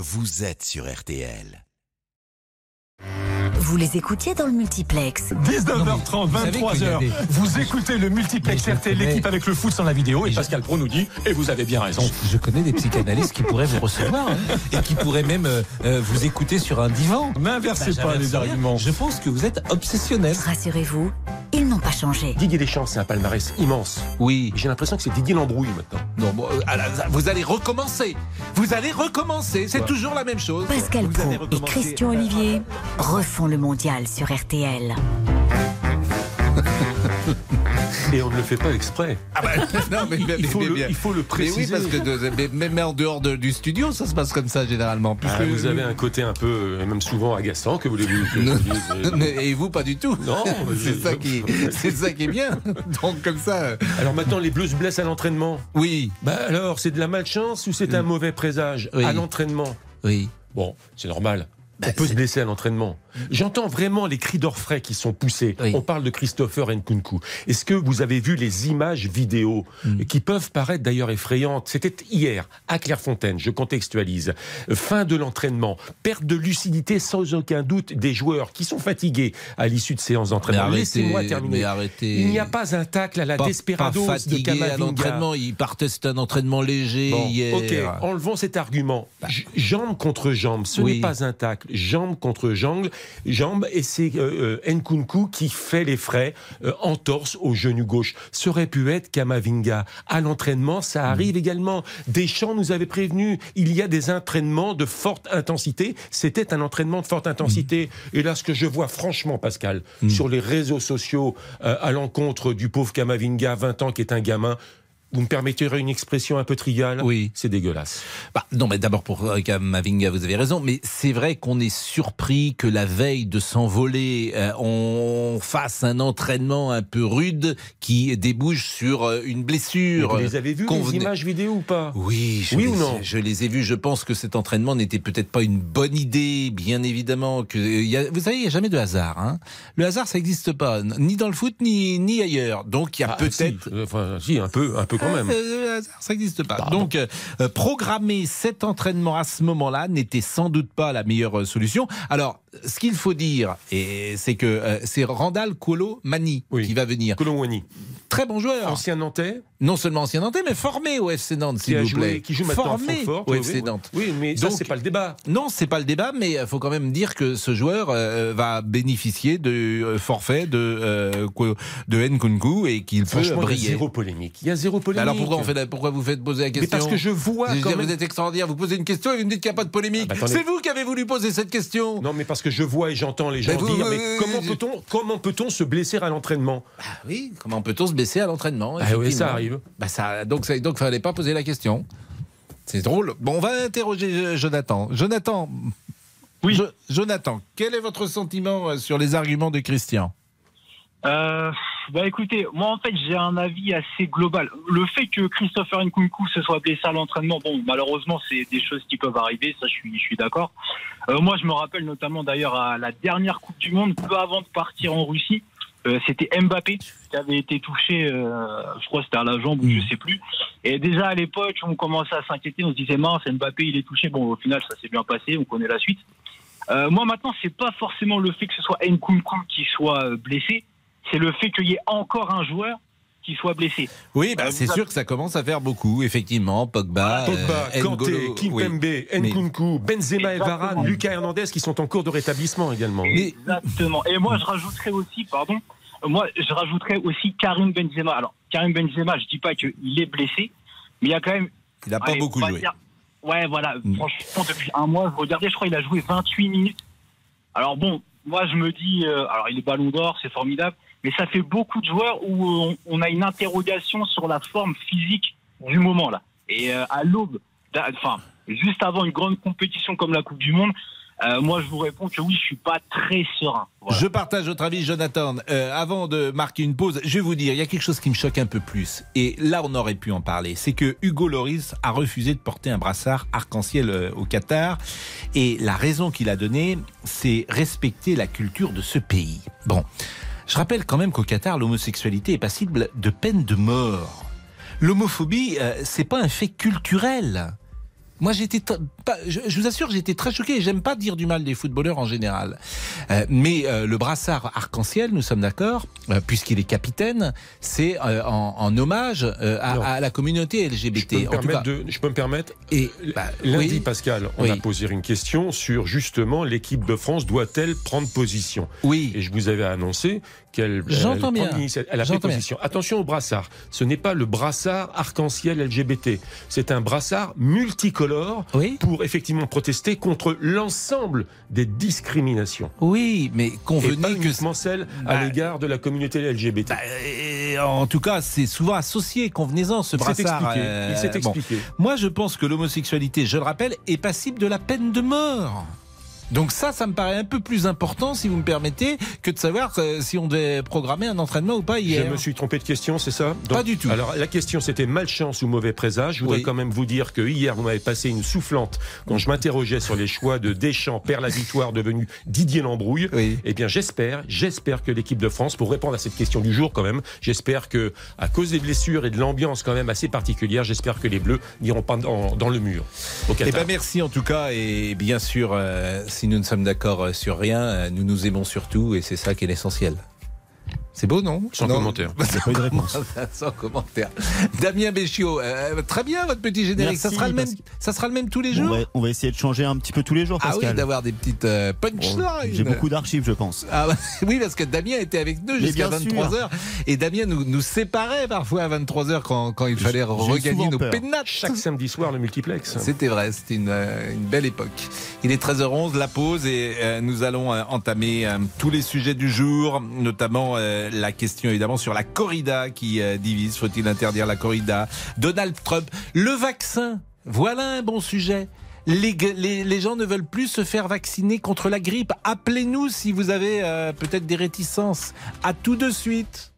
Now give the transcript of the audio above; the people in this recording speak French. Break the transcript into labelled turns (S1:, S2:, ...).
S1: Vous êtes sur RTL.
S2: Vous les écoutiez dans le multiplex.
S3: 19h30,
S4: savez qu'il y a
S3: 23h.
S4: des-
S3: Vous écoutez le multiplex
S4: Mais je
S3: RTL,
S4: connais.
S3: l'équipe avec le foot sans la vidéo. Et,
S4: je-
S3: Pascal Pro nous dit, et vous avez bien raison.
S4: Je connais Bah, des psychanalystes qui pourraient vous recevoir hein, et qui pourraient même euh, euh, vous écouter sur un divan.
S3: N'inversez
S4: Bah,
S3: pas
S4: j'inverse
S3: les
S4: rien.
S3: arguments.
S4: Je pense que vous êtes obsessionnel.
S2: Rassurez-vous, ils n'ont pas changé.
S5: Didier Deschamps, c'est un palmarès immense.
S4: Oui.
S5: J'ai l'impression que c'est Didier l'embrouille maintenant.
S4: Non, bon, euh, à la- vous allez recommencer. Vous allez recommencer. C'est toujours la même chose.
S2: Pascal Pro et Christian Olivier refont le mondial sur RTL.
S5: Et on ne le fait pas exprès.
S6: Ah bah, Non, mais, mais-
S5: Il faut
S6: mais-
S5: le-
S6: mais-
S5: il faut le préciser.
S6: Mais oui, parce que de- mais- même en dehors de- du studio, ça se passe comme ça généralement. Puisque-
S5: Ah, vous avez un côté un peu, euh, même souvent agaçant, que voulez-vous que je
S6: Non,
S5: vous dise
S6: mais- et vous, pas du tout.
S5: Non, mais
S6: c'est
S5: je-
S6: ça qui, c'est ça qui est bien. Donc comme ça, euh,
S5: Alors maintenant, les Bleus se blessent à l'entraînement.
S6: oui,
S5: Bah alors, c'est de la malchance ou c'est un mauvais présage
S6: Oui.
S5: À l'entraînement.
S6: oui.
S5: Bon, c'est normal.
S6: Bah,
S5: On peut
S6: c'est-
S5: se blesser à l'entraînement. J'entends vraiment les cris d'orfraie qui sont poussés.
S6: Oui.
S5: On parle de Christopher Nkunku. Est-ce que vous avez vu les images vidéo
S6: Hmm.
S5: qui peuvent paraître d'ailleurs effrayantes C'était hier à Clairefontaine, je contextualise. Fin de l'entraînement, perte de lucidité sans aucun doute des joueurs qui sont fatigués à l'issue de séances
S6: Mais
S5: d'entraînement.
S6: arrêtez,
S5: Laissez-moi terminer.
S6: mais arrêtez.
S5: Il n'y a pas un tacle à la
S6: Pas-
S5: desperados
S6: pas
S5: de
S6: fatigué à
S5: Camavinga.
S6: l'entraînement. Ils partaient c'était un entraînement léger euh,
S5: Bon,
S6: hier.
S5: ok, enlevons cet argument. J- Jambe contre jambe, ce
S6: Oui.
S5: n'est pas un tacle. Jambe contre jambe, jambe et c'est euh, euh, Nkunku qui fait les frais euh, en torse au genou gauche. Ça aurait pu être Kamavinga. À l'entraînement, ça arrive également. Deschamps nous avait prévenu, il y a des entraînements de forte intensité. C'était un entraînement de forte intensité. Et là, ce que je vois franchement, Pascal, sur les réseaux sociaux euh, à l'encontre du pauvre Kamavinga, 20 ans, qui est un gamin, vous me permettrez une expression un peu triviale
S6: Oui.
S5: C'est dégueulasse.
S6: Bah, non, mais d'abord pour euh, Kamavinga, vous avez raison, mais c'est vrai qu'on est surpris que la veille de s'envoler, euh, on fasse un entraînement un peu rude qui débouche sur euh, une blessure.
S5: euh, vous les avez vus,
S6: qu'on
S5: les
S6: venait-
S5: images vidéo ou pas
S6: oui, je,
S5: Oui
S6: les,
S5: ou non
S6: je les ai vus. Je pense que cet entraînement n'était peut-être pas une bonne idée, bien évidemment. Que, il y a- vous savez, il n'y a jamais de hasard. hein. Le hasard, ça n'existe pas, n- ni dans le foot, ni, ni ailleurs. Donc, il y a
S5: Ah,
S6: peut-être...
S5: si, euh, Enfin, si, un peu, un peu quand même.
S6: Euh, euh, le hasard, ça n'existe pas. Donc, euh, euh, programmer cet entraînement à ce moment-là n'était sans doute pas la meilleure euh, solution. Alors, ce qu'il faut dire, et c'est que euh, c'est Randall Kolo Mani
S5: Oui.
S6: qui va venir.
S5: Colomwani,
S6: Très bon joueur.
S5: ancien Nantais,
S6: Non seulement ancien Nantais, mais formé au FC Nantes,
S5: qui,
S6: s'il
S5: a
S6: vous
S5: joué,
S6: plaît.
S5: qui joue maintenant à
S6: formé
S5: Francfort.
S6: au
S5: oui,
S6: FC
S5: oui, oui.
S6: Nantes.
S5: Oui, mais ça,
S6: Donc-
S5: c'est pas le débat.
S6: Non, c'est pas le débat, mais il faut quand même dire que ce joueur euh, va bénéficier du euh, forfait de, euh, Kolo- de Nkunku et qu'il peut
S5: Franchement, il y a
S6: briller.
S5: zéro polémique. Il y a zéro polémique.
S6: Alors pourquoi, on fait la- pourquoi vous faites poser la
S5: Mais
S6: question
S5: parce que je vois
S6: Je veux
S5: quand
S6: dire,
S5: même-
S6: Vous êtes extraordinaire, vous posez une question et vous me dites qu'il n'y a pas de polémique.
S5: Ah, bah, attendez.
S6: c'est vous qui avez voulu poser cette question.
S5: Non, mais parce que je vois et j'entends les gens
S6: Mais vous-
S5: dire,
S6: vous-
S5: mais
S6: vous-
S5: comment
S6: vous-
S5: peut-on, comment peut-on se blesser à l'entraînement
S6: Ah oui, comment peut-on se baisser à l'entraînement
S5: Ah oui,
S6: effectivement.
S5: ça arrive.
S6: Bah, ça, donc il donc, fallait pas poser la question. C'est drôle. Bon, on va interroger euh, Jonathan. Jonathan,
S7: Oui.
S6: Jo- Jonathan, quel est votre sentiment euh, sur les arguments de Christian
S7: Euh, bah écoutez, moi en fait j'ai un avis assez global. Le fait que Christopher Nkunku se soit blessé à l'entraînement, bon malheureusement c'est des choses qui peuvent arriver, ça je suis, je suis d'accord. Euh, moi je me rappelle notamment d'ailleurs à la dernière Coupe du Monde, peu avant de partir en Russie, euh, c'était Mbappé qui avait été touché, euh, je crois que c'était à la jambe ou je sais plus. Et déjà à l'époque on commençait à s'inquiéter, on se disait mince Mbappé il est touché, bon au final ça s'est bien passé, on connaît la suite. Euh, moi maintenant c'est pas forcément le fait que ce soit Nkunku qui soit euh, blessé c'est le fait qu'il y ait encore un joueur qui soit blessé.
S6: Oui, bah,
S7: Euh,
S6: c'est
S7: vous-
S6: sûr que ça commence à faire beaucoup, effectivement. Pogba,
S5: Pogba,
S6: euh, N'Golo,
S5: Kanté,
S6: oui.
S5: Kimpembe,
S6: Mais-
S5: Nkunku, Benzema et
S7: Exactement.
S5: Varane, Lucas Hernandez qui sont en cours de rétablissement également.
S6: Mais-
S7: Exactement. Et moi, je rajouterais aussi, pardon, euh, moi, je rajouterais aussi Karim Benzema. Alors, Karim Benzema, je dis pas qu'il est blessé, mais il y a quand même.
S6: Il n'a pas
S7: allez,
S6: beaucoup
S7: on va
S6: joué.
S7: dire- ouais, voilà.
S6: Mm.
S7: Franchement, depuis un mois, vous regardez, je crois qu'il a joué 28 minutes. Alors, bon, moi, je me dis, euh, alors, il est ballon d'or, c'est formidable, mais ça fait beaucoup de joueurs où euh, on, on a une interrogation sur la forme physique du moment, là. Et euh, à l'aube, d'a- enfin, juste avant une grande compétition comme la Coupe du Monde, euh, moi, je vous réponds que oui, je suis pas très serein. Voilà.
S6: Je partage votre avis, Jonathan. Euh, avant de marquer une pause, je vais vous dire, il y a quelque chose qui me choque un peu plus. Et là, on aurait pu en parler. C'est que Hugo Loris a refusé de porter un brassard arc-en-ciel euh, au Qatar. Et la raison qu'il a donnée, c'est respecter la culture de ce pays. Bon, je rappelle quand même qu'au Qatar, l'homosexualité est passible de peine de mort. L'homophobie, euh, c'est pas un fait culturel. Moi, j'étais t- pas- je, je vous assure, j'étais très choqué. et J'aime pas dire du mal des footballeurs en général. Euh, mais euh, le brassard arc-en-ciel, nous sommes d'accord, euh, puisqu'il est capitaine, c'est euh, en, en hommage euh,
S5: Non.
S6: à, à la communauté LGBT.
S5: Je peux me
S6: en tout
S5: permettre
S6: cas.
S5: de- je peux me permettre
S6: Et bah,
S5: Lundi,
S6: oui.
S5: Pascal, on
S6: Oui.
S5: a posé une question sur justement l'équipe de France doit-elle prendre position
S6: oui.
S5: Et je vous avais annoncé qu'elle elle
S6: J'entends
S5: prend
S6: bien.
S5: l'initiative- elle a pris
S6: J'entends bien.
S5: position. Attention au brassard. Ce n'est pas le brassard arc-en-ciel LGBT. C'est un brassard multicolore
S6: Oui.
S5: pour effectivement protester contre l'ensemble des discriminations.
S6: Oui, mais
S5: Et pas
S6: convenez que
S5: uniquement celles
S6: Bah,
S5: à l'égard de la communauté LGBT.
S6: Bah, euh, en tout cas, c'est souvent associé, convenez-en, ce
S5: Il s'est
S6: brassard.
S5: expliqué.
S6: euh,
S5: Il s'est
S6: bon.
S5: expliqué.
S6: Moi, je pense que l'homosexualité, je le rappelle, est passible de la peine de mort. Donc ça, ça me paraît un peu plus important, si vous me permettez, que de savoir euh, si on devait programmer un entraînement ou pas hier.
S5: Je me suis trompé de question, c'est ça
S6: Pas du tout.
S5: Alors, la question, c'était malchance ou mauvais présage. Je voudrais
S6: Oui.
S5: quand même vous dire que hier, vous m'avez passé une soufflante quand je m'interrogeais sur les choix de Deschamps, Père la Victoire, devenu Didier Lambrouille.
S6: Oui.
S5: Eh bien, j'espère, j'espère que l'équipe de France, pour répondre à cette question du jour quand même, j'espère que, à cause des blessures et de l'ambiance quand même assez particulière, j'espère que les Bleus n'iront pas dans, dans le mur. Au
S6: Eh
S5: Qatar.
S6: ben merci en tout cas et bien sûr euh, si nous ne sommes d'accord euh, sur rien euh, nous nous aimons surtout et c'est ça qui est l'essentiel. C'est beau non
S5: Sans
S6: Non
S5: commentaire.
S6: Sans, commentaire, sans commentaire. Damien Béchiot, euh, très bien votre petit générique. ça
S8: Merci,
S6: sera le même.
S8: parce-
S6: Ça sera le même tous les
S8: Bon,
S6: jours.
S8: on, va, on va essayer de changer un petit peu tous les jours,
S6: ah oui,
S8: Pascal.
S6: d'avoir des petites euh,
S8: Bon,
S6: punchlines.
S8: J'ai beaucoup d'archives, je pense.
S6: Ah bah, oui, parce que Damien était avec nous
S8: Mais
S6: jusqu'à
S8: bien sûr.
S6: 23h. Et Damien nous, nous séparait parfois à 23h quand, quand il fallait regagner
S8: souvent
S6: nos
S8: peur.
S6: pénates.
S5: Chaque samedi soir, le multiplex.
S6: C'était vrai, c'était une, euh, une belle époque. Il est 13h11, la pause, et euh, nous allons euh, entamer euh, tous les sujets du jour, notamment euh, la question évidemment sur la corrida qui euh, divise. Faut-il interdire la corrida Donald Trump, le vaccin, voilà un bon sujet. Les, gue- les- les gens ne veulent plus se faire vacciner contre la grippe. Appelez-nous si vous avez euh, peut-être des réticences. À tout de suite.